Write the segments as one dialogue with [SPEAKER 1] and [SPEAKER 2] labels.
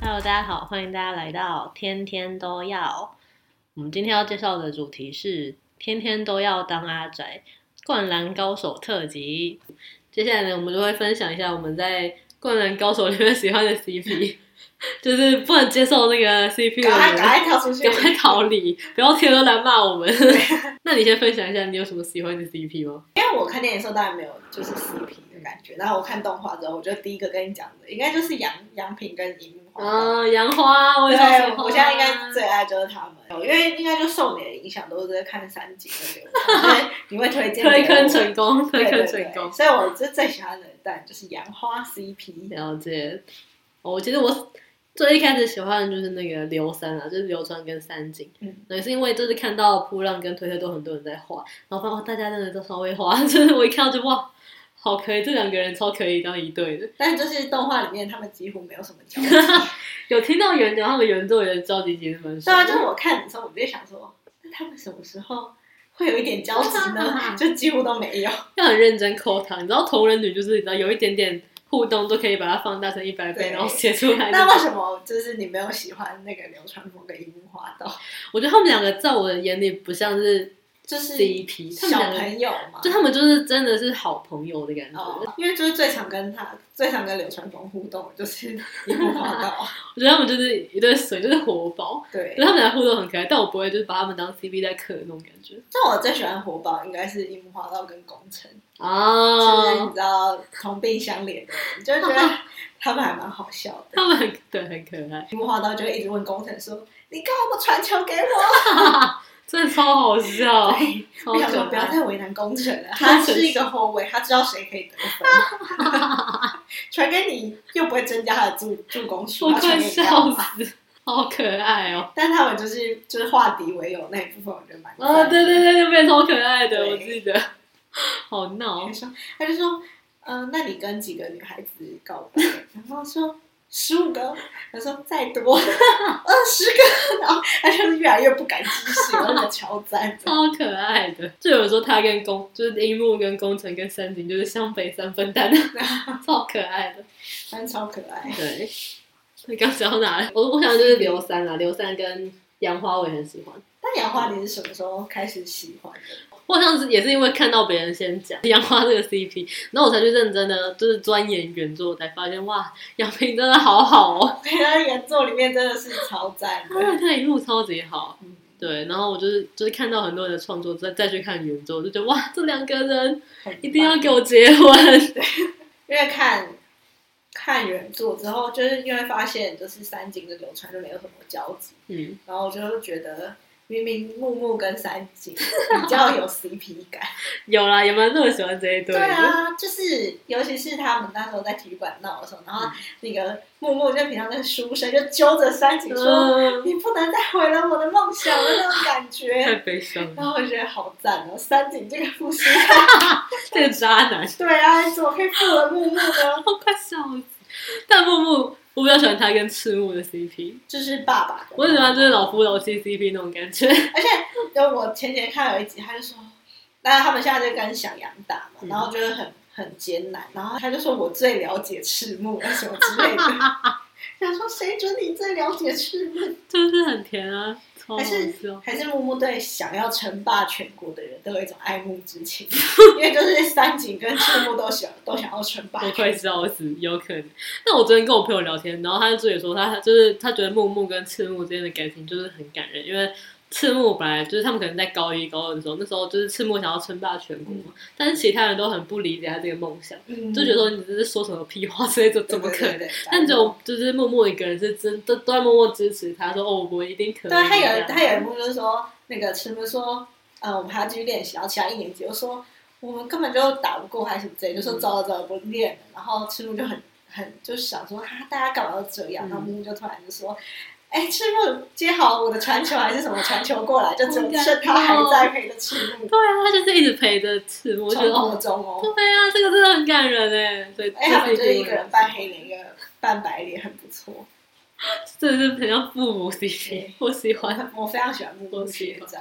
[SPEAKER 1] Hello，大家好，欢迎大家来到天天都要。我们今天要介绍的主题是天天都要当阿宅《灌篮高手》特辑。接下来呢，我们就会分享一下我们在《灌篮高手》里面喜欢的 CP，就是不能接受那个 CP 的
[SPEAKER 2] 赶快
[SPEAKER 1] 人，
[SPEAKER 2] 赶快跳出去
[SPEAKER 1] 赶！快逃离，不要天鹅来骂我 们。那你先分享一下，你有什么喜欢的 CP 吗？
[SPEAKER 2] 因为我看电影的时候当然没有就是 CP 的感觉，然后我看动画之后，我觉得第一个跟你讲的应该就是杨杨平跟樱木花道。
[SPEAKER 1] 嗯，杨花，我也超喜欢
[SPEAKER 2] 呃对，我现在应该最爱就是他们，因为应该就受你的影响，都是在看三集的流畅，所以你会推荐给我
[SPEAKER 1] 推坑成功，推
[SPEAKER 2] 对
[SPEAKER 1] 坑
[SPEAKER 2] 对
[SPEAKER 1] 成功
[SPEAKER 2] 对，。所以我最最喜欢的但就是杨花 CP，
[SPEAKER 1] 了解。哦我其实我最一开始喜欢的就是那个流山啊，就是流川跟三井。
[SPEAKER 2] 嗯，
[SPEAKER 1] 也是因为就是看到扑浪跟推特都很多人在画，然后发现哇，大家真的都 超会画，就是我一看到就哇，好可以，这两个人超可以当一对的。
[SPEAKER 2] 但就是动画里面他们几乎没有什么 交集。
[SPEAKER 1] 有听到原讲他们原作人的交集其实蛮
[SPEAKER 2] 对
[SPEAKER 1] 爽
[SPEAKER 2] 啊，
[SPEAKER 1] 的，
[SPEAKER 2] 就是我看的时候，我就想说，那他们什么时候会有一点交集呢？就几乎都没有。
[SPEAKER 1] 要很认真抠它。你知道同人女就是你知道有一点点互动都可以把它放大成一百倍，
[SPEAKER 2] 对
[SPEAKER 1] 然后写出来的。
[SPEAKER 2] 那为什么就是你没有喜欢那个流川枫跟樱木花道？
[SPEAKER 1] 我觉得他们两个在我的眼里不像是
[SPEAKER 2] 就是
[SPEAKER 1] ，CP，他们
[SPEAKER 2] 小
[SPEAKER 1] 两个
[SPEAKER 2] 朋友嘛
[SPEAKER 1] 就。他们就是真的是好朋友的感觉。
[SPEAKER 2] 哦，因为就是最常跟他、最常跟流川枫互动的就是樱木 花道，
[SPEAKER 1] 我觉得他们就是一对水，就是活宝。可
[SPEAKER 2] 对
[SPEAKER 1] 是。 他们俩互动很可爱，但我不会就是把他们当 CP 在磕的那种感觉
[SPEAKER 2] 但我最喜欢火爆应该是樱木花道跟宫城，就是你
[SPEAKER 1] 哦。
[SPEAKER 2] 知道同病相怜的人，就是 觉得他们还蛮好笑的。
[SPEAKER 1] 他们很对，很可爱，
[SPEAKER 2] 樱木花道就会一直问宫城说：“你干嘛不传球给我？”
[SPEAKER 1] 真的超好笑，超
[SPEAKER 2] 我想
[SPEAKER 1] 可
[SPEAKER 2] 说不要
[SPEAKER 1] 爱。
[SPEAKER 2] 再为难工程了，
[SPEAKER 1] 工程
[SPEAKER 2] 他
[SPEAKER 1] 师
[SPEAKER 2] 是一个后卫，他知道谁可以得分， 传给你又不会增加他的助助攻数，
[SPEAKER 1] 我
[SPEAKER 2] 他传
[SPEAKER 1] 快
[SPEAKER 2] 给你干
[SPEAKER 1] 笑
[SPEAKER 2] 嘛？
[SPEAKER 1] 死，好可爱哦！
[SPEAKER 2] 但他们就是就是化敌为友那一部分，我觉得蛮
[SPEAKER 1] 啊，对对
[SPEAKER 2] 对，
[SPEAKER 1] 对对，变超可爱的，
[SPEAKER 2] 对
[SPEAKER 1] 我记得。好闹哦
[SPEAKER 2] 他，说他就说，嗯、那你跟几个女孩子告白？ 然后说十五个，他说再多 二十个，然后他就是越来越不敢置信，那个乔 丹，
[SPEAKER 1] 超可爱的。就有人说他跟宫，就是樱木跟宫城跟三井就是湘北三分 蛋，超可爱的。
[SPEAKER 2] 真的超可爱。
[SPEAKER 1] 对， 你刚讲到哪了？我我想就是刘三啊，刘三跟杨花我也很喜欢。
[SPEAKER 2] 那杨花你是什么时候开始喜欢的？
[SPEAKER 1] 我好像是也是因为看到别人先讲杨花这个 CP，然后我才去认真的就是钻研原作，我才发现哇，杨平真的好好 哦，
[SPEAKER 2] 对他原作里面真的是超赞
[SPEAKER 1] 他的
[SPEAKER 2] 的。
[SPEAKER 1] 他一路超级好
[SPEAKER 2] 嗯。
[SPEAKER 1] 对，然后我就是就是看到很多人的创作，再再去看原作，我就觉得哇，这两个人
[SPEAKER 2] 很棒
[SPEAKER 1] 一定要给我结婚。
[SPEAKER 2] 因为看看原作之后，就是因为发现就是三井跟流川就没有什么交集，
[SPEAKER 1] 嗯，
[SPEAKER 2] 然后我就觉得明明木木跟三井比较有 CP 感。
[SPEAKER 1] 有啦，也蛮多人喜欢这一 对
[SPEAKER 2] 对
[SPEAKER 1] 的。
[SPEAKER 2] 啊，就是尤其是他们那时候在体育馆闹的时候，然后那个木木就平常跟书生就揪着三井说：“
[SPEAKER 1] 嗯，
[SPEAKER 2] 你不能再毁了我的梦想的那种感
[SPEAKER 1] 太
[SPEAKER 2] 觉。”
[SPEAKER 1] 悲伤
[SPEAKER 2] 然
[SPEAKER 1] 了，
[SPEAKER 2] 后我觉得好赞哦，三井这个复兴
[SPEAKER 1] 这个渣男。
[SPEAKER 2] 对啊，怎么可以负了木 木呢？
[SPEAKER 1] 我快笑死！但木木，我比较喜欢他跟赤木的 CP，
[SPEAKER 2] 就是爸爸，
[SPEAKER 1] 我喜欢就是老夫老妻 CP 那种感觉。
[SPEAKER 2] 而且就我前几天看有一集，他就说，那他们现在就跟小羊打嘛，
[SPEAKER 1] 嗯
[SPEAKER 2] 然后就是很很艰难，然后他就说我最了解赤木啊什么之 类的，想说谁准你最了解赤木？
[SPEAKER 1] 就是很甜啊，超好
[SPEAKER 2] 还是
[SPEAKER 1] 笑。
[SPEAKER 2] 还是木木对想要称霸全国的人都有一种爱慕之 情，因为就是三井跟赤木都想都想要称霸
[SPEAKER 1] 我
[SPEAKER 2] 全
[SPEAKER 1] 快笑死，有可能。那我昨天跟我朋友聊天，然后他就自己说他就是他觉得木木跟赤木之间的感情就是很感人，因为赤木本来就是他们可能在高一高二的时候，那时候就是赤木想要称霸全国嘛，但是其他人都很不理解他这个梦想，
[SPEAKER 2] 国，嗯
[SPEAKER 1] 就觉得说你这是说什么屁话，所以就怎么可能？
[SPEAKER 2] 能？
[SPEAKER 1] 但只有就是默默一个人是真都都在默默支持他，说哦，我一定可以。
[SPEAKER 2] 对，啊他
[SPEAKER 1] 这
[SPEAKER 2] 有
[SPEAKER 1] 样
[SPEAKER 2] 他有一幕就是说，那个师傅说，呃，我们还要继续练习，然后其他一年级就说我们根本就打不过还是什么之类，就说
[SPEAKER 1] 嗯
[SPEAKER 2] 走了走了不练了。然后师傅就很很就是想说，哈、大家干嘛要这
[SPEAKER 1] 嗯
[SPEAKER 2] 样？然后木木就突然就说。哎，赤木接好我的传球还是什么传球过来，就只有剩他还在陪着赤木，
[SPEAKER 1] 对啊，他就是一直陪着赤哦木，我觉
[SPEAKER 2] 从
[SPEAKER 1] 得
[SPEAKER 2] 国
[SPEAKER 1] 哦，
[SPEAKER 2] 中哦。
[SPEAKER 1] 对啊，这个真的很感人哎。所以
[SPEAKER 2] 哎，他们
[SPEAKER 1] 这
[SPEAKER 2] 就是是一个人扮黑脸，一个人扮白脸，很不错。
[SPEAKER 1] 真的是很像父母 CP，
[SPEAKER 2] 对
[SPEAKER 1] 我喜欢，
[SPEAKER 2] 我非常喜欢木
[SPEAKER 1] 我
[SPEAKER 2] 木
[SPEAKER 1] 喜
[SPEAKER 2] 学
[SPEAKER 1] 欢
[SPEAKER 2] 长。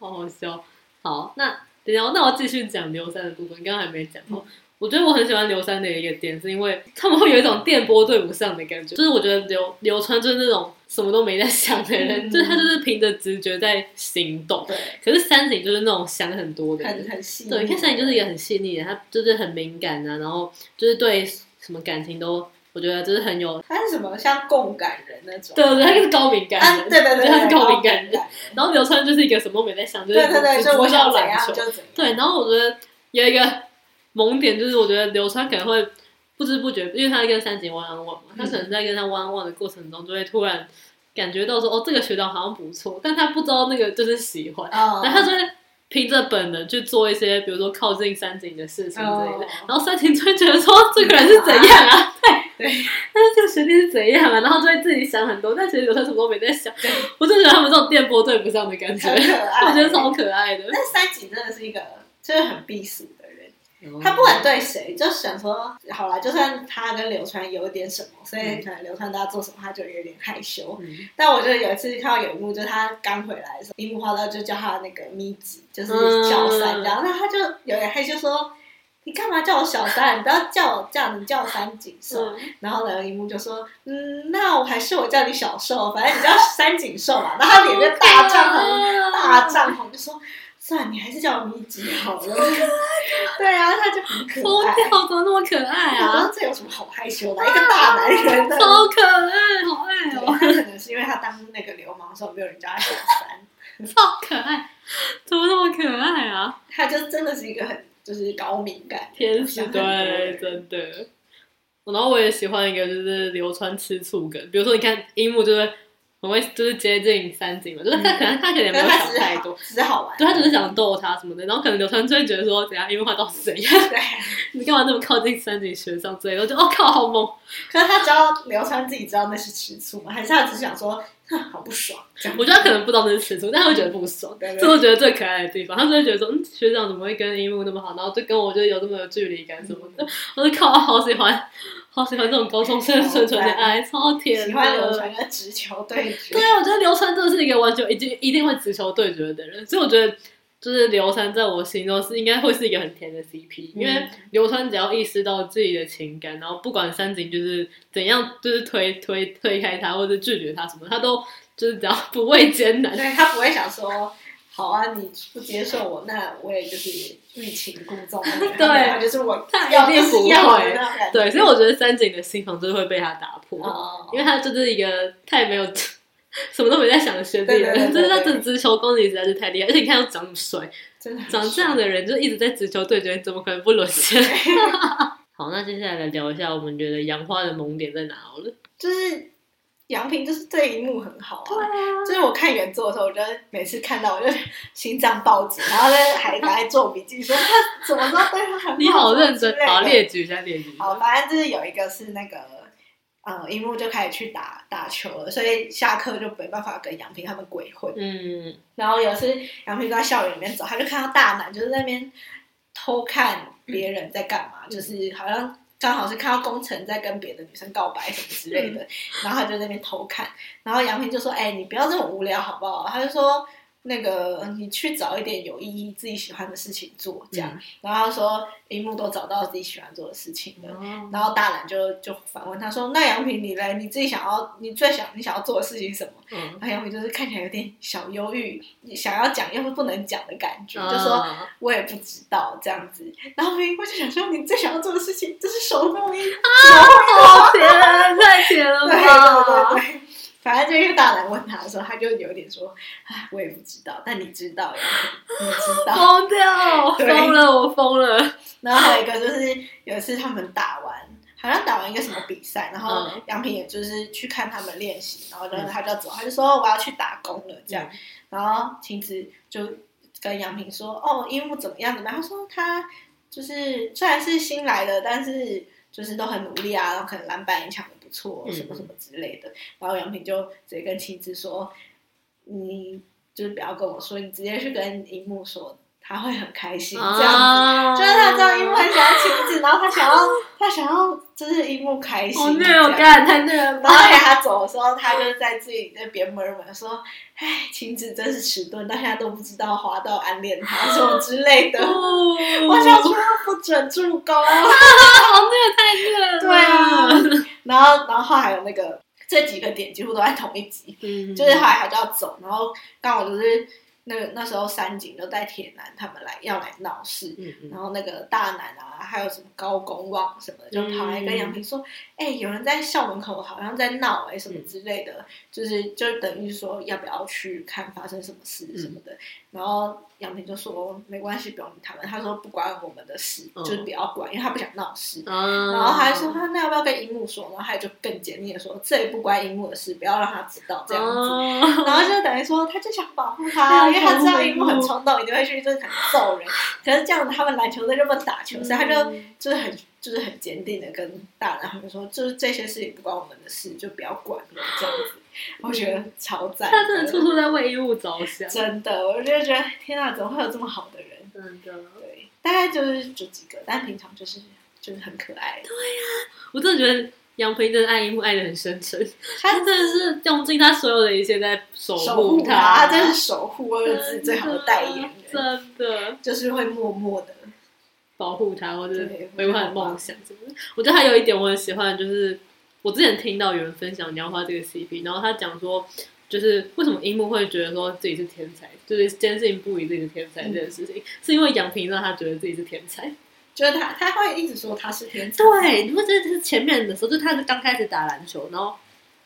[SPEAKER 1] 好好笑。好，那等一下，那我继续讲刘三的部分，刚刚还没讲
[SPEAKER 2] 嗯
[SPEAKER 1] 到。我觉得我很喜欢刘三的一个点，是因为 他们会有一种电波对不上的感觉，就是我觉得刘刘川就是那种什么都没在想的人，
[SPEAKER 2] 嗯
[SPEAKER 1] 就是他就是凭着直觉在行动。
[SPEAKER 2] 对，
[SPEAKER 1] 可是三井就是那种想很多的人
[SPEAKER 2] 很，很细腻。
[SPEAKER 1] 对，你看三井就是一个很细腻的人，他就是很敏感啊，然后就是对什么感情都，我觉得就是很有，
[SPEAKER 2] 他是什么像共感人那种，
[SPEAKER 1] 对对对，他就是高敏感
[SPEAKER 2] 啊，
[SPEAKER 1] 人，
[SPEAKER 2] 对对对，
[SPEAKER 1] 他是
[SPEAKER 2] 对
[SPEAKER 1] 高敏
[SPEAKER 2] 敏
[SPEAKER 1] 感人。
[SPEAKER 2] 人，
[SPEAKER 1] 然后刘川就是一个什么都没在想，就是
[SPEAKER 2] 对对对，
[SPEAKER 1] 只
[SPEAKER 2] 所以
[SPEAKER 1] 知
[SPEAKER 2] 我
[SPEAKER 1] 道
[SPEAKER 2] 想怎
[SPEAKER 1] 篮
[SPEAKER 2] 样
[SPEAKER 1] 球，
[SPEAKER 2] 就怎样，
[SPEAKER 1] 对，然后我觉得有一个萌点就是，我觉得流川可能会不知不觉，因为他在跟三井 one on one 嘛，
[SPEAKER 2] 嗯
[SPEAKER 1] 他可能在跟他 one on one 的过程中，就会突然感觉到说，哦，这个学长好像不错，但他不知道那个就是喜欢，
[SPEAKER 2] 哦，
[SPEAKER 1] 然后他就会凭着本能去做一些，比如说靠近三井的事情之类的
[SPEAKER 2] 哦。
[SPEAKER 1] 然后三井就会觉得说，这个人是怎样 啊？对
[SPEAKER 2] 对，
[SPEAKER 1] 但是这个学弟是怎样啊？然后就会自己想很多，但其实流川什么都没在想
[SPEAKER 2] 对。
[SPEAKER 1] 我就觉得他们这种电波对不上的 感觉，
[SPEAKER 2] 嗯很可爱，
[SPEAKER 1] 我觉得超可爱的。
[SPEAKER 2] 但三井真的是一个就是很避暑的人，
[SPEAKER 1] 嗯
[SPEAKER 2] 他不管对谁，就想说好了，就算他跟流川有一点什么，所以可能流川都要做什么，他就有点害羞。
[SPEAKER 1] 嗯
[SPEAKER 2] 但我就有一次看到有一幕，就是他刚回来的时候，樱木花道就叫他那个咪吉，就是小三，
[SPEAKER 1] 嗯
[SPEAKER 2] 然后那他就有点害羞说：“你干嘛叫我小三？你不要叫我这样，你叫我三井寿。
[SPEAKER 1] 嗯
[SPEAKER 2] 然后呢，樱木就说：“嗯，那我还是我叫你小寿，反正你叫三井寿嘛。”然后他脸就大涨很
[SPEAKER 1] 啊
[SPEAKER 2] 大涨红，就说：“算了，你还是叫我咪吉好了。”对啊，他就很可
[SPEAKER 1] 疯
[SPEAKER 2] 爱。
[SPEAKER 1] 掉，怎么那么可爱
[SPEAKER 2] 我
[SPEAKER 1] 啊？
[SPEAKER 2] 说这有什么好害羞的？一个大男人 的，
[SPEAKER 1] 超可爱，好爱
[SPEAKER 2] 对
[SPEAKER 1] 哦，
[SPEAKER 2] 他可能是因为他当那个流氓的时候，没有人叫他小三，
[SPEAKER 1] 超可爱，怎么那么可爱啊？
[SPEAKER 2] 他就真的是一个很就是高敏感
[SPEAKER 1] 天使
[SPEAKER 2] 想很多
[SPEAKER 1] 对，
[SPEAKER 2] 欸人
[SPEAKER 1] 真的。然后我也喜欢一个，就是流川吃醋梗，比如说你看樱木就是很会，就是接近三井嘛，就是他
[SPEAKER 2] 嗯
[SPEAKER 1] 可能他可能也没有
[SPEAKER 2] 可是他
[SPEAKER 1] 想
[SPEAKER 2] 只是
[SPEAKER 1] 太 多，
[SPEAKER 2] 只是好玩，
[SPEAKER 1] 对他只是想逗他什么的，然后可能流川就会觉得说，怎样樱木花道是怎样，
[SPEAKER 2] 对。
[SPEAKER 1] 你干嘛那么靠近三井学长之类的，我就哦靠，好萌，
[SPEAKER 2] 可是他知道流川自己知道那是吃醋吗？还是他只是想说，哼，好不爽这 样？
[SPEAKER 1] 我觉得他可能不知道那是吃醋，但他会觉得不爽，
[SPEAKER 2] 嗯对对
[SPEAKER 1] 这是我觉得最可爱的地方。他就会觉得说，嗯，学长怎么会跟樱木那么好，然后就跟我就有这么有距离感什么的。我就靠，好喜欢，好喜欢这种高中生纯纯的爱，超甜
[SPEAKER 2] 喜欢流
[SPEAKER 1] 的。
[SPEAKER 2] 川跟直球对决
[SPEAKER 1] 对，啊，我觉得刘川真的是一个完全已经一定会直球对决的人，所以我觉得就是刘川在我心中是应该会是一个很甜的 CP，、因为
[SPEAKER 2] 嗯
[SPEAKER 1] 刘川只要意识到自己的情感，然后不管三井就是怎样就是推推推开他或者拒绝他什么，他都就是只要不畏艰难，
[SPEAKER 2] 对他不会想说。好啊，你不接受我，那我也就是欲擒故纵。
[SPEAKER 1] 对
[SPEAKER 2] 他就是我
[SPEAKER 1] 他
[SPEAKER 2] 要
[SPEAKER 1] 一定
[SPEAKER 2] 就是
[SPEAKER 1] 不
[SPEAKER 2] 要的
[SPEAKER 1] 会
[SPEAKER 2] 那种感觉。
[SPEAKER 1] 对，所以我觉得三井的心房就是会被他打破，
[SPEAKER 2] 哦，
[SPEAKER 1] 因为他就是一个太没有 什么都没在想的学弟了，
[SPEAKER 2] 对对对对
[SPEAKER 1] 就是他的
[SPEAKER 2] 对
[SPEAKER 1] 直球攻击实在是太厉害，而且你看他长那么帅，
[SPEAKER 2] 真的很
[SPEAKER 1] 长这样的人就一直在直球对决，怎么可能不沦陷？ 好，那接下来来聊一下我们觉得杨花的萌点在哪好了。
[SPEAKER 2] 就是杨平，就是这一幕很好啊。
[SPEAKER 1] 啊，
[SPEAKER 2] 就是我看原作的时候，我就每次看到我就 心脏暴击，然后呢 还拿来做笔记，说他怎么说对他很好，
[SPEAKER 1] 你好认真
[SPEAKER 2] 之类，的
[SPEAKER 1] 好列举一下列举一
[SPEAKER 2] 好，
[SPEAKER 1] 下。
[SPEAKER 2] 反正就是有一个是那个，呃，樱木就开始去打打球了，所以下课就没办法跟杨平他们鬼混。
[SPEAKER 1] 嗯，
[SPEAKER 2] 然后有一次杨平就在校园里面走，他就看到大男就是在那边偷看别人在干嘛，就是好像刚好是看到工程在跟别的女生告白什么之类的，然后他就在那边偷看，然后杨平就说：“哎、你不要这么无聊好不好？”他就说。那个，嗯你去找一点有意义、自己喜欢的事情做，这样。
[SPEAKER 1] 嗯
[SPEAKER 2] 然后他说，樱木都找到自己喜欢做的事
[SPEAKER 1] 嗯
[SPEAKER 2] 情了，
[SPEAKER 1] 哦
[SPEAKER 2] 然后大懒就就反问他说：“那杨平你嘞？你自己想要，你最想你想要做的事情是什么？”
[SPEAKER 1] 嗯，
[SPEAKER 2] 然后杨平就是看起来有点小忧郁，想要讲又不能讲的感觉，就说
[SPEAKER 1] 啊
[SPEAKER 2] 我也不知道这样子。然后明我就想说，你最想要做的事情就是手工艺，
[SPEAKER 1] 好甜，哦啊太甜了
[SPEAKER 2] 对
[SPEAKER 1] 吧！
[SPEAKER 2] 对对对。反正就因为大懒问他的时候，他就有点说：“哎，我也不知道，但你知道，杨平，你知 道。”
[SPEAKER 1] 疯掉，
[SPEAKER 2] 对
[SPEAKER 1] 疯了，我疯了。
[SPEAKER 2] 然后还有一个就是有一次他们打完，好像打完一个什么比赛，然后
[SPEAKER 1] 嗯
[SPEAKER 2] 杨平也就是去看他们练习，然后就
[SPEAKER 1] 嗯
[SPEAKER 2] 他就走，他就说我要去打工了这样，然后晴子就跟杨平说哦樱木怎么样怎么样，他说他就是虽然是新来的，但是就是都很努力啊，然后可能篮板也抢的不错，
[SPEAKER 1] 嗯
[SPEAKER 2] 什么什么之类的，然后杨平就直接跟晴子说你就是不要跟我说，你直接去跟樱木说，他会很开心这样子。
[SPEAKER 1] 啊
[SPEAKER 2] 就是他知道樱木很喜欢晴子，然后他想要他想要就是樱木开心，
[SPEAKER 1] 好虐哦，
[SPEAKER 2] 这
[SPEAKER 1] 干
[SPEAKER 2] 样
[SPEAKER 1] 太虐了吧
[SPEAKER 2] 然！后后来他走的时候，他就在自己那边闷闷说：“哎，晴子真是迟钝，到现在都不知道花道暗恋他什么之类的。”
[SPEAKER 1] 哦
[SPEAKER 2] 啊
[SPEAKER 1] 啊
[SPEAKER 2] 我想说不准助攻。啊
[SPEAKER 1] 好虐，太虐了。
[SPEAKER 2] 对啊，然后然后还有那个这几个点几乎都在同一集，
[SPEAKER 1] 嗯，
[SPEAKER 2] 就是后来他就要走，然后刚好就是那个那时候三井就带铁男他们来要来闹事。
[SPEAKER 1] 嗯嗯
[SPEAKER 2] 然后那个大男啊，还有什么高公望什么的，就跑来跟杨平说：“哎、有人在校门口好像在闹哎、什么之类的，就是就等于说要不要去看发生什么事什么的。然后杨平就说：“没关系，不用理他们。”他说：“不关我们的事，
[SPEAKER 1] 嗯
[SPEAKER 2] 就是不要管，因为他不想闹事。
[SPEAKER 1] 啊，
[SPEAKER 2] 然后他还说他那要不要跟樱木说？然后他就更简练的说，这也不关樱木的事，不要让他知道这样子。
[SPEAKER 1] 子，
[SPEAKER 2] 然后就等于说，他就想保护
[SPEAKER 1] 哎
[SPEAKER 2] 他，因为他知道樱木很冲动，一定会去就是很揍人。可是这样他们篮球队就不打球，所以他就
[SPEAKER 1] 嗯
[SPEAKER 2] 就是很就是很坚定的跟大人他们说，就是这些事情不关我们的事，就不要管了这样子。我觉得超赞，
[SPEAKER 1] 他真的处处在为衣物着想，
[SPEAKER 2] 真的，我就觉得天啊，怎么会有这么好的人？
[SPEAKER 1] 真的。
[SPEAKER 2] 对，大概就是这几个，但平常就是就是很可爱。
[SPEAKER 1] 我真的觉得杨培真的爱樱木爱的很深沉，
[SPEAKER 2] 他
[SPEAKER 1] 他真的是用尽他所有的一切在守
[SPEAKER 2] 守护
[SPEAKER 1] 他，
[SPEAKER 2] 他，他真是守护二字最好的代言人，
[SPEAKER 1] 真的
[SPEAKER 2] 就是会默默的。
[SPEAKER 1] 保护他，或者是
[SPEAKER 2] 对
[SPEAKER 1] 维护他的梦想。真的我觉得还有一点我很喜欢，就是我之前听到有人分享杨花这个 CP，然后他讲说。就是为什么樱木会觉得说自己是天才，就是坚信不疑自己是天才这件事情，是因为杨平让他觉得自己是天才。
[SPEAKER 2] 就是他，他会一直说他是天才。
[SPEAKER 1] 对，你会觉得就是前面的时候，就他是刚开始打篮球，然后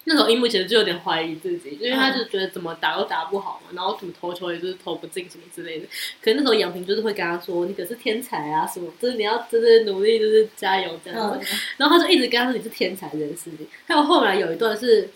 [SPEAKER 1] 那时候樱木其实就有点怀疑自己，因为他就觉得怎么打都打不好嘛，然后怎么投球也就是投不进什么之类的。可是那时候杨平就是会跟他说：“你可是天才啊，什么就是你要就是努力，就是加油这样子。
[SPEAKER 2] 嗯，
[SPEAKER 1] 然后他就一直跟他说：“你是天才这件事情。”还有后来有一段是，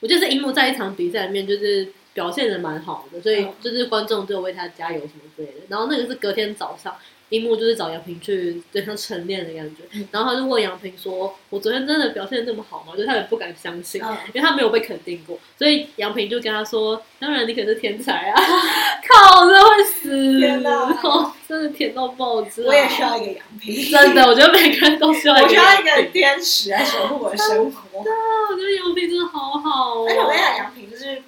[SPEAKER 1] 我记得是樱木在一场比赛里面就是。表现的蛮好的，所以
[SPEAKER 2] 嗯
[SPEAKER 1] 就是观众就为他加油什么之类的。然后那个是隔天早上，樱木就是找杨平去，就像晨练的感觉。
[SPEAKER 2] 嗯
[SPEAKER 1] 然后他就问杨平说：“我昨天真的表现得那么好吗？”就是他也不敢相信，
[SPEAKER 2] 嗯
[SPEAKER 1] 因为他没有被肯定过。所以杨平就跟他说：“当然你可是天才啊！” 靠，我真的会死，
[SPEAKER 2] 嗯天哪
[SPEAKER 1] 哦真的甜到爆炸！
[SPEAKER 2] 我也需要一个羊皮，
[SPEAKER 1] 真的，我觉得每个人都需要一
[SPEAKER 2] 我
[SPEAKER 1] 个
[SPEAKER 2] 需
[SPEAKER 1] 杨
[SPEAKER 2] 要一
[SPEAKER 1] 平。
[SPEAKER 2] 个天使来守护我的生活。
[SPEAKER 1] 啊我觉得杨平真的好好哦。
[SPEAKER 2] 而且我跟你讲，杨平就是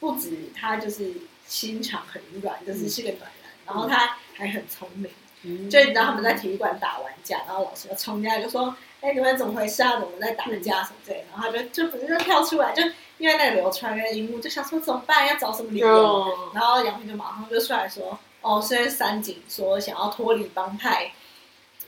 [SPEAKER 2] 不止他就是心肠很软，就是是个暖男，然后他还很聪明。
[SPEAKER 1] 嗯，
[SPEAKER 2] 就你知道他们在体育馆打完架，然后老师就冲进来就说：“哎、你们怎么回事啊？怎么在打架什么之类的？”然后他就就不是就跳出来，就因为那个流川跟樱木就想说怎么办，要找什么理由？
[SPEAKER 1] 哦
[SPEAKER 2] 然后杨平就马上就出来说：“哦，是因为三井说想要脱离帮派，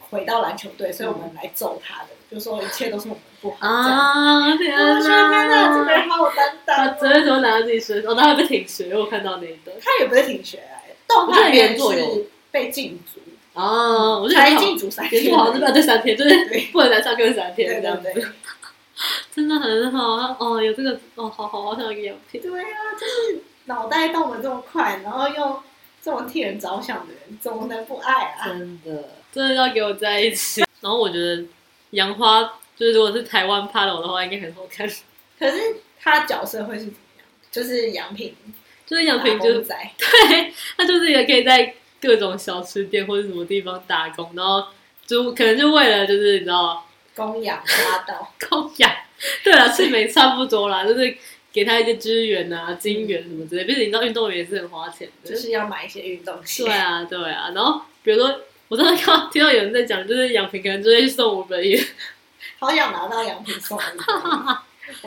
[SPEAKER 2] 回到篮球队，所以我们来揍他的，就说一切都是我们不好。”这
[SPEAKER 1] 嗯
[SPEAKER 2] 样，
[SPEAKER 1] 啊，天
[SPEAKER 2] 我觉得天哪，这个人好有担
[SPEAKER 1] 他
[SPEAKER 2] 当
[SPEAKER 1] 直
[SPEAKER 2] 哦！
[SPEAKER 1] 接就拿到自己身上，哦，他还被挺学，我看到那一段。
[SPEAKER 2] 他也不是挺学来，动
[SPEAKER 1] 我觉
[SPEAKER 2] 画
[SPEAKER 1] 得
[SPEAKER 2] 里面
[SPEAKER 1] 原作有
[SPEAKER 2] 是被禁足，
[SPEAKER 1] 哦，我觉得
[SPEAKER 2] 才
[SPEAKER 1] 好
[SPEAKER 2] 禁足三
[SPEAKER 1] 也
[SPEAKER 2] 天，
[SPEAKER 1] 是好像是吧？这三天就是
[SPEAKER 2] 对
[SPEAKER 1] 不能来上课三
[SPEAKER 2] 对
[SPEAKER 1] 天这样
[SPEAKER 2] 对
[SPEAKER 1] 子，
[SPEAKER 2] 对。
[SPEAKER 1] 真的很好啊！哦，有这个哦，好好好想要一个样品，
[SPEAKER 2] 对啊，就是脑袋动得这么快，然后又这么替人着想的人，怎么能不爱啊？
[SPEAKER 1] 真的真的要给我在一起。然后我觉得杨花就是如果是台湾帕楼的话，应该很好看。
[SPEAKER 2] 可是他角色会是怎么样？就是杨平，
[SPEAKER 1] 就是杨平就是
[SPEAKER 2] 打工仔，
[SPEAKER 1] 对， 他就是也可以在各种小吃店或者什么地方打工，然后就可能就为了就是你知道
[SPEAKER 2] 供养花道，
[SPEAKER 1] 供养。对了，是没差不多啦， 就是给他一些支援啊、金援什么之类。毕竟你知道运动员也是很花钱的，
[SPEAKER 2] 就是要买一些运动鞋。
[SPEAKER 1] 对啊，对啊。然后比如说，我真的看到听到有人在讲，就是养平可能就会送五本一，
[SPEAKER 2] 好想拿到杨平送的礼物，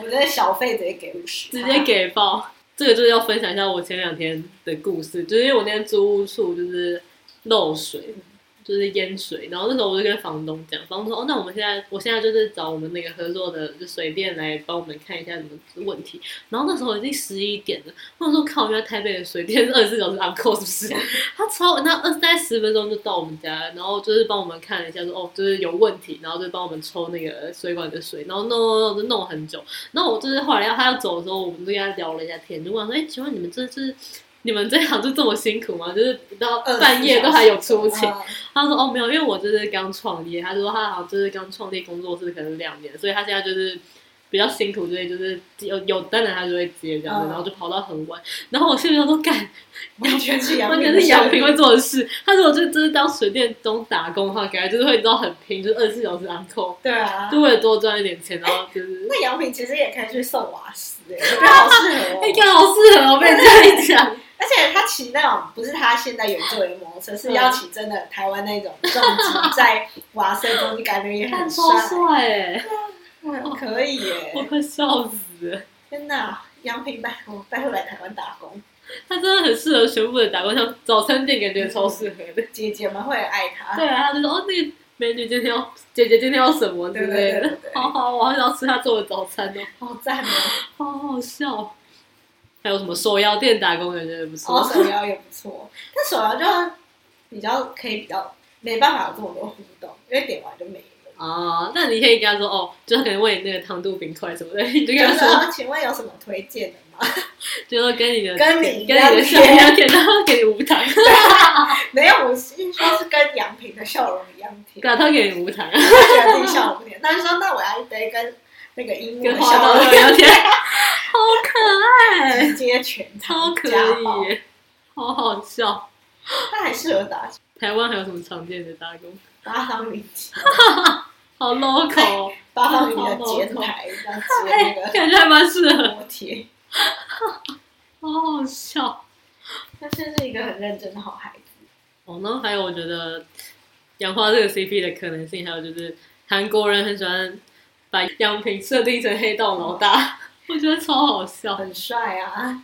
[SPEAKER 2] 我觉得小费直接给五十，
[SPEAKER 1] 直接。给爆。这个就是要分享一下我前两天的故事，就是因为我那天租屋处就是漏水，就是淹水，然后那时候我就跟房东讲，房东说哦，那我们现在我现在就是找我们那个合作的就水电来帮我们看一下什么问题。然后那时候已经十一点了，我想说靠，原来台北的水电是二十四小时 on call 是 不是？他超那二三十分钟就到我们家了，然后就是帮我们看了一下说哦，就是有问题，然后就帮我们抽那个水管的水，然后弄弄弄就弄很久。然后我就是后来要他要走的时候，我们就跟他聊了一下天，就问他说：“哎、请问你们这就是你们这行就这么辛苦吗？就是到半夜都还有出勤？”
[SPEAKER 2] 啊
[SPEAKER 1] 他说：“哦，没有，因为我就是刚创业。”他说他好像就是刚创立工作室，可能两年，所以他现在就是比较辛苦之类，就是有有灯的他就会接这样子，
[SPEAKER 2] 嗯
[SPEAKER 1] 然后就跑到很晚，然后我心里想说，干，
[SPEAKER 2] 完全是 杨
[SPEAKER 1] 完
[SPEAKER 2] 幂的
[SPEAKER 1] 全
[SPEAKER 2] 效
[SPEAKER 1] 是杨
[SPEAKER 2] 率，
[SPEAKER 1] 平会做的事。他如果就真是当水电工打工的话，感觉就是会你知道很拼，就是二十四小时 on call，
[SPEAKER 2] 对啊。
[SPEAKER 1] 就为了多赚一点钱，然后就是。
[SPEAKER 2] 那杨平其实也可以去送瓦斯、欸，我觉得好适合
[SPEAKER 1] 哎，
[SPEAKER 2] 哦。
[SPEAKER 1] 刚好适合我被这样讲，
[SPEAKER 2] 而且他骑那种不是他现在有座的摩托车，是要骑真的台湾那种重机在瓦斯中，你感觉也
[SPEAKER 1] 看
[SPEAKER 2] 很
[SPEAKER 1] 超
[SPEAKER 2] 帅，
[SPEAKER 1] 帅哎，
[SPEAKER 2] 嗯可以耶、
[SPEAKER 1] 我快笑死了。
[SPEAKER 2] 真的啊，杨平拜托拜托来台湾打工，
[SPEAKER 1] 他真的很适合全部的打工，像早餐店感觉超适合的。
[SPEAKER 2] 姐姐们会爱他。
[SPEAKER 1] 对啊，他就说哦，那个美女今天要姐姐今天要什么之
[SPEAKER 2] 对
[SPEAKER 1] 类
[SPEAKER 2] 对对
[SPEAKER 1] 的，
[SPEAKER 2] 对对，
[SPEAKER 1] 好好，我好想吃他做的早餐哦，
[SPEAKER 2] 好赞 哦！
[SPEAKER 1] 好好笑。还有什么手摇店打工感觉也不错，
[SPEAKER 2] 哦，手 摇也不错，但手摇就比较可以比较没办法有这么多互动，因为点完就没了。
[SPEAKER 1] 哦，那你可以跟他说哦，就是可能问你那个糖度冰块什么的，你就跟
[SPEAKER 2] 就
[SPEAKER 1] 他
[SPEAKER 2] 是
[SPEAKER 1] 说，
[SPEAKER 2] 说，请问有什么推荐的吗？
[SPEAKER 1] 就说跟你的
[SPEAKER 2] 跟你一
[SPEAKER 1] 跟
[SPEAKER 2] 样
[SPEAKER 1] 你的笑一样甜，然后给你无 糖，
[SPEAKER 2] 没有，我是应该是跟杨平的笑容一样甜
[SPEAKER 1] 对， 啊，他给你无糖，
[SPEAKER 2] 他觉得自己笑容不甜，但是说那我要一杯跟那个樱木
[SPEAKER 1] 跟
[SPEAKER 2] 的
[SPEAKER 1] 花
[SPEAKER 2] 笑
[SPEAKER 1] 都
[SPEAKER 2] 容
[SPEAKER 1] 一样甜， 好可爱，
[SPEAKER 2] 直接全
[SPEAKER 1] 超
[SPEAKER 2] 场
[SPEAKER 1] 可
[SPEAKER 2] 加爆
[SPEAKER 1] 以，耶，好好笑。
[SPEAKER 2] 他还适合打
[SPEAKER 1] 台湾还有什么常见的打工？
[SPEAKER 2] 八方云集，
[SPEAKER 1] 好 local，哦
[SPEAKER 2] 八方云集的节 台，这样
[SPEAKER 1] 哎、
[SPEAKER 2] 接
[SPEAKER 1] 感觉还蛮适
[SPEAKER 2] 那
[SPEAKER 1] 合，
[SPEAKER 2] 个锅贴。
[SPEAKER 1] 好好笑。
[SPEAKER 2] 他真是一个很认真的好孩子。
[SPEAKER 1] 哦，然后还有我觉得杨花这个 CP 的可能性，还有就是韩国人很喜欢把杨平设定成黑道老大， 我觉得超好笑。哎
[SPEAKER 2] 很帅啊！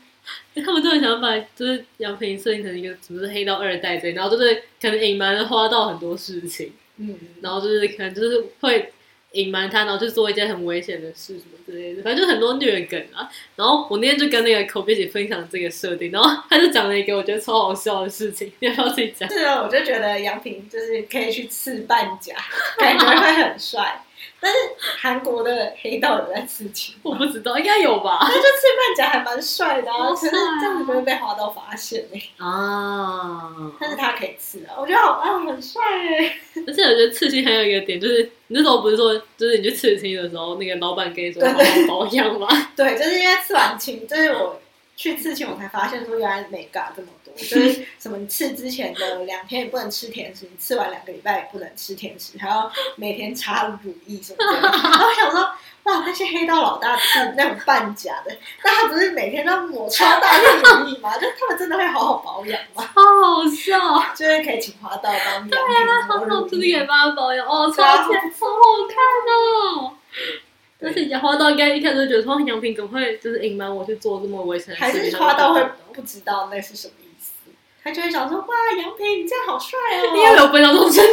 [SPEAKER 1] 他们都很喜欢把就是杨平设定成一个什么是黑道二代之类，然后就是可能隐瞒了花道很多事情，
[SPEAKER 2] 嗯，
[SPEAKER 1] 然后就是可能就是会。隐瞒他，然后去做一件很危险的事什么之类的，反正就很多虐梗啊。然后我那天就跟那个 Kobe 一起分享这个设定，然后他就讲了一个我觉得超好笑的事情， 你要不要自己讲？
[SPEAKER 2] 是啊，我就觉得杨平就是可以去刺半甲， 感觉会很帅。但是韩国的黑道有在刺青，
[SPEAKER 1] 我不知道，应该有吧？
[SPEAKER 2] 他就刺半甲还蛮帅的啊，
[SPEAKER 1] 好
[SPEAKER 2] 可
[SPEAKER 1] 帅
[SPEAKER 2] 是
[SPEAKER 1] 啊
[SPEAKER 2] 这样子不会被华道发现呢、
[SPEAKER 1] 啊，
[SPEAKER 2] 欸但是他可以刺啊，我觉得好啊，很帅哎、
[SPEAKER 1] 而且我觉得刺青还有一个点，就是你那时候不是说，就是你去刺青的时候，那个老板跟你说
[SPEAKER 2] 对
[SPEAKER 1] 好好保养 吗？
[SPEAKER 2] 对，就是因为刺完青，就是我去刺青，我才发现说原来美嘎这么多，就是什么你刺之前的两天也不能吃甜食，你刺完两个礼拜也不能吃甜食，还要每天擦乳液什么之类的。然后我想说，哇，那些黑道老大刺那种半假的，那他不是每天都抹超大力乳液吗？就他们真的会好好保养吗？
[SPEAKER 1] 好好 笑，
[SPEAKER 2] 就是可以请花道帮你养
[SPEAKER 1] 好好，
[SPEAKER 2] 抹
[SPEAKER 1] 就是
[SPEAKER 2] 乳
[SPEAKER 1] 给
[SPEAKER 2] 液。
[SPEAKER 1] 妈妈保养哦，超
[SPEAKER 2] 对 啊
[SPEAKER 1] 甜，超好看哦。
[SPEAKER 2] 对
[SPEAKER 1] 而且杨花道应该一开始就觉得说，杨平怎么会就是隐瞒我去做这么危险的
[SPEAKER 2] 还
[SPEAKER 1] 事
[SPEAKER 2] 是
[SPEAKER 1] 情？
[SPEAKER 2] 花道会哦不知道那是什么意思？他就会想说，哇，杨培你这样好帅 哦！
[SPEAKER 1] 你有没有背到这种程度？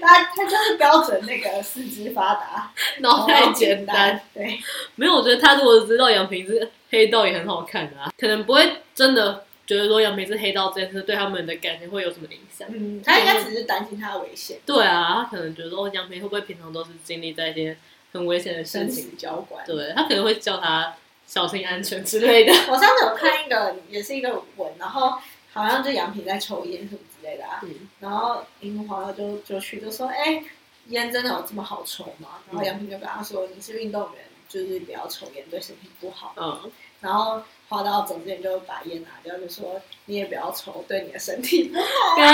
[SPEAKER 2] 他他就是标准那个四肢发达，
[SPEAKER 1] 脑袋简单。
[SPEAKER 2] 哦单，对，
[SPEAKER 1] 没有，我觉得他如果知道杨平是黑道也很好看啊，可能不会真的觉得说杨平是黑道这件事对他们的感情会有什么影响。
[SPEAKER 2] 嗯，他应该只是担心他的危险，
[SPEAKER 1] 对啊，他可能觉得哦，杨平会不会平常都是经历在一些很危险的事
[SPEAKER 2] 生
[SPEAKER 1] 情
[SPEAKER 2] 死？交关。
[SPEAKER 1] 对他可能会叫他小心安全之类的。
[SPEAKER 2] 我上次有看一个，也是一个文，然后好像就杨平在抽烟什么之类的、啊，
[SPEAKER 1] 嗯，
[SPEAKER 2] 然后樱木花道就就去就说，哎、烟真的有这么好抽吗？然后杨平就跟他说，你是运动员，就是不要抽烟，对身体不好。
[SPEAKER 1] 嗯，
[SPEAKER 2] 然后花道总监就把烟拿掉，就说你也不要抽， 对啊你的身体不好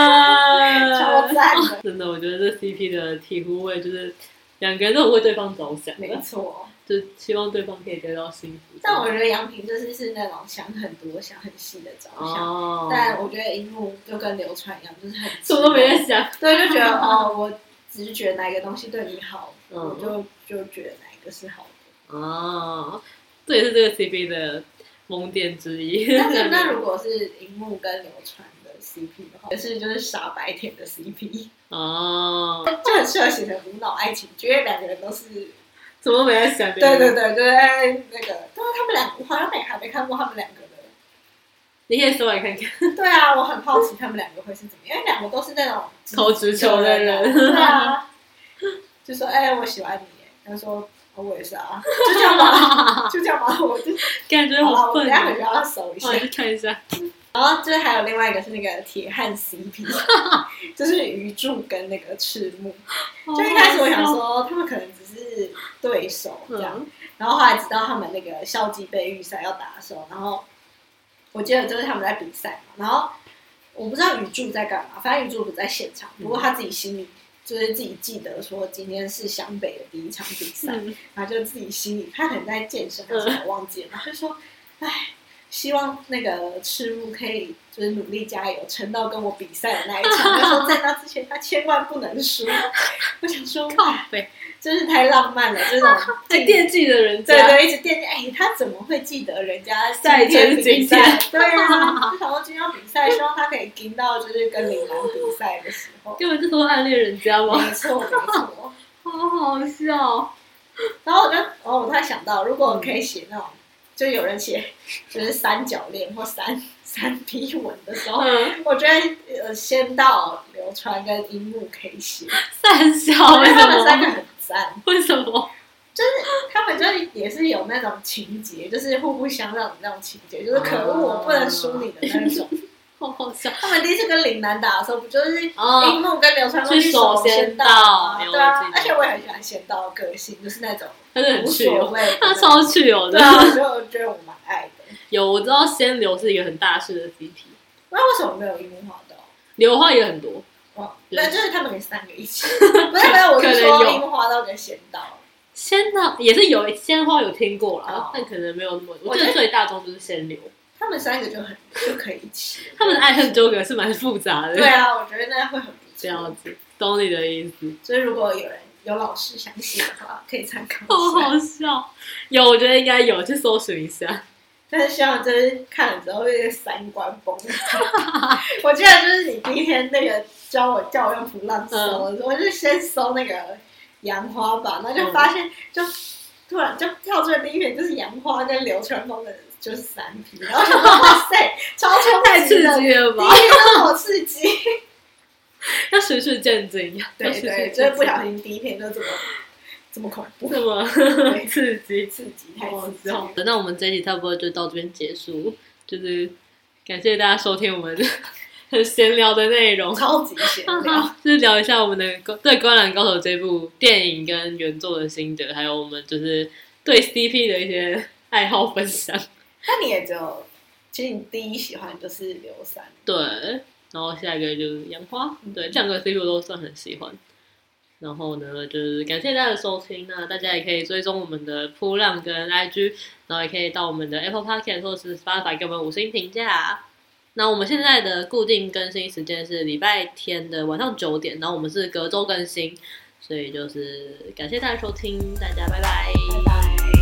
[SPEAKER 2] 超
[SPEAKER 1] 干！
[SPEAKER 2] 赞的，
[SPEAKER 1] 真的，我觉得这 CP 的体护位就是两个人都很为对方着想，
[SPEAKER 2] 没错。
[SPEAKER 1] 就希望对方可以得到幸福。
[SPEAKER 2] 但我觉得杨平就是是那种想很多、想很细的着想，
[SPEAKER 1] 哦，
[SPEAKER 2] 但我觉得樱木就跟流川一样，就是很
[SPEAKER 1] 什么都没在
[SPEAKER 2] 直
[SPEAKER 1] 想。
[SPEAKER 2] 觉，对，就觉得哦，我只是觉得哪一个东西对你好，
[SPEAKER 1] 嗯
[SPEAKER 2] 我就就觉得哪一个是好的。
[SPEAKER 1] 哦，这也是这个 CP 的萌点之一。
[SPEAKER 2] 但是那如果是樱木跟流川的 CP 的话，也是就是傻白甜 的 CP，
[SPEAKER 1] 哦，
[SPEAKER 2] 就很适合写成无脑爱情剧，因为两个人都是
[SPEAKER 1] 怎么没在想？
[SPEAKER 2] 对对，对对，哎那个，但是他们两个我好像没还没看过他们两个的。
[SPEAKER 1] 你可以说来看看。
[SPEAKER 2] 对啊，我很好奇他们两个会是怎么样，因为两个都是那种
[SPEAKER 1] 投直球的人
[SPEAKER 2] 对啊，就说哎、我喜欢你，他说、哦我也是啊，就这 样吧，就这样吧，我就
[SPEAKER 1] 感觉
[SPEAKER 2] 好了，
[SPEAKER 1] 好
[SPEAKER 2] 我等
[SPEAKER 1] 笨
[SPEAKER 2] 一下回
[SPEAKER 1] 哦。
[SPEAKER 2] 去要搜一下
[SPEAKER 1] 我。去看一下。
[SPEAKER 2] 然后就是还有另外一个是那个铁汉 CP，就是鱼柱跟那个赤木。就一开始我想说他们可能只是对手这样。
[SPEAKER 1] 嗯
[SPEAKER 2] 然后后来直到他们那个校际杯预赛要打的时候，然后我记得就是他们在比赛嘛，然后我不知道宇柱在干嘛，反正宇柱不在现场，不过他自己心里就是自己记得说今天是湘北的第一场比赛，
[SPEAKER 1] 嗯
[SPEAKER 2] 然后就自己心里他可能在健身还是什么忘记了，然后就说，唉。希望那个赤木可以就是努力加油，撑到跟我比赛的那一场。他说在那之前他千万不能输。我想说，哇，
[SPEAKER 1] 对，
[SPEAKER 2] 真是太浪漫了，这种
[SPEAKER 1] 还惦记着人
[SPEAKER 2] 对
[SPEAKER 1] 家，
[SPEAKER 2] 对，一直惦记。哎，他怎么会记得人家
[SPEAKER 1] 赛前
[SPEAKER 2] 前比赛
[SPEAKER 1] 今？
[SPEAKER 2] 对啊，就想说今天要比赛，希望他可以盯到就是跟铃兰比赛的时候。
[SPEAKER 1] 根本就说暗恋人家嘛，
[SPEAKER 2] 没错没错。
[SPEAKER 1] 好好笑。
[SPEAKER 2] 然后我就，哦，我突然想到，如果我可以写那种，就有人写就是三角恋或三 三批文的时候，
[SPEAKER 1] 嗯，
[SPEAKER 2] 我觉得呃，仙道、流川跟樱木可以写，
[SPEAKER 1] 三小为
[SPEAKER 2] 哦他
[SPEAKER 1] 什
[SPEAKER 2] 们三个
[SPEAKER 1] 么？
[SPEAKER 2] 很赞。
[SPEAKER 1] 为什么？
[SPEAKER 2] 他们就是也是有那种情节，就是互不相让的那种情节，就是可恶，我不能输你的那种。
[SPEAKER 1] 好好笑。
[SPEAKER 2] 他们第一次跟岭南打的时候，不就是樱
[SPEAKER 1] 哦，
[SPEAKER 2] 木跟流川枫
[SPEAKER 1] 去
[SPEAKER 2] 手
[SPEAKER 1] 手先
[SPEAKER 2] 先吗
[SPEAKER 1] 到
[SPEAKER 2] 对
[SPEAKER 1] 有
[SPEAKER 2] 啊
[SPEAKER 1] 我记，得
[SPEAKER 2] 而且我也很喜欢仙道的个性，就是那种
[SPEAKER 1] 他是很
[SPEAKER 2] 无
[SPEAKER 1] 去
[SPEAKER 2] 所
[SPEAKER 1] 哦，
[SPEAKER 2] 谓的那
[SPEAKER 1] 他
[SPEAKER 2] 种，
[SPEAKER 1] 超去哦，
[SPEAKER 2] 对啊，所以我觉得我蛮爱的。
[SPEAKER 1] 有我知道仙流是一个很大事的 CP，
[SPEAKER 2] 那为什么没有樱木花哦道？
[SPEAKER 1] 流花也很多，
[SPEAKER 2] 哇，
[SPEAKER 1] 对
[SPEAKER 2] 那就是他们三个一起，不是没有，我
[SPEAKER 1] 可
[SPEAKER 2] 是
[SPEAKER 1] 能
[SPEAKER 2] 说
[SPEAKER 1] 有
[SPEAKER 2] 樱木花道跟仙道。
[SPEAKER 1] 仙道也是有仙花有听过啦
[SPEAKER 2] 哦，
[SPEAKER 1] 但可能没有那么。我
[SPEAKER 2] 我
[SPEAKER 1] 觉
[SPEAKER 2] 觉
[SPEAKER 1] 得
[SPEAKER 2] 得
[SPEAKER 1] 最大宗就是仙流，
[SPEAKER 2] 他们三个就很就可以一起，
[SPEAKER 1] 他们的爱恨纠葛是蛮复杂的。
[SPEAKER 2] 对啊，我觉得那会很不
[SPEAKER 1] 这
[SPEAKER 2] 错
[SPEAKER 1] 样。子，懂你的意 思。
[SPEAKER 2] 所以如果有人有老师想写的话，可以参考
[SPEAKER 1] 哦好好
[SPEAKER 2] 一下。
[SPEAKER 1] 笑，有我觉得应该有，去搜寻一下。
[SPEAKER 2] 但是希望就是看了之后会三观崩塌。 我记得就是你第一天那个教我叫我用普浪搜的时候，我就先搜那个杨花吧，然后就发现就突然就跳出来第一篇就是杨花跟流川枫的，就是三批，然后我想说哇塞，超超
[SPEAKER 1] 太刺
[SPEAKER 2] 了。
[SPEAKER 1] 激了
[SPEAKER 2] 第一
[SPEAKER 1] 吧！
[SPEAKER 2] 篇都好刺激，
[SPEAKER 1] 要循序渐进，要
[SPEAKER 2] 对
[SPEAKER 1] 循序
[SPEAKER 2] 对，
[SPEAKER 1] 渐
[SPEAKER 2] 就是不
[SPEAKER 1] 进。
[SPEAKER 2] 小 心第一篇就这么这么恐怖，
[SPEAKER 1] 这么 刺激，
[SPEAKER 2] 刺激太
[SPEAKER 1] 好
[SPEAKER 2] 刺激了
[SPEAKER 1] 笑。。那我们哦这一集差不多就到这边结束，就是感谢大家收听我们 很闲聊的内容。
[SPEAKER 2] 超级闲聊。
[SPEAKER 1] 就是聊一下我们的高对《灌篮高手》这部电影跟原作的心得，还有我们就是对 CP 的一些爱好分享。
[SPEAKER 2] 那你也只有，其实你第一喜欢就是刘三，
[SPEAKER 1] 对，然后下一个就是杨花，对，这两个 CP 我都算很喜欢。然后呢，就是感谢大家的收听那大家也可以追踪我们的铺浪跟 IG，然后也可以到我们的 Apple Podcast 或是 Spotify 给我们五星评价。那我们现在的固定更新时间是礼拜天的晚上九点，然后我们是隔周更新，所以就是感谢大家收听，大家拜拜
[SPEAKER 2] 拜拜。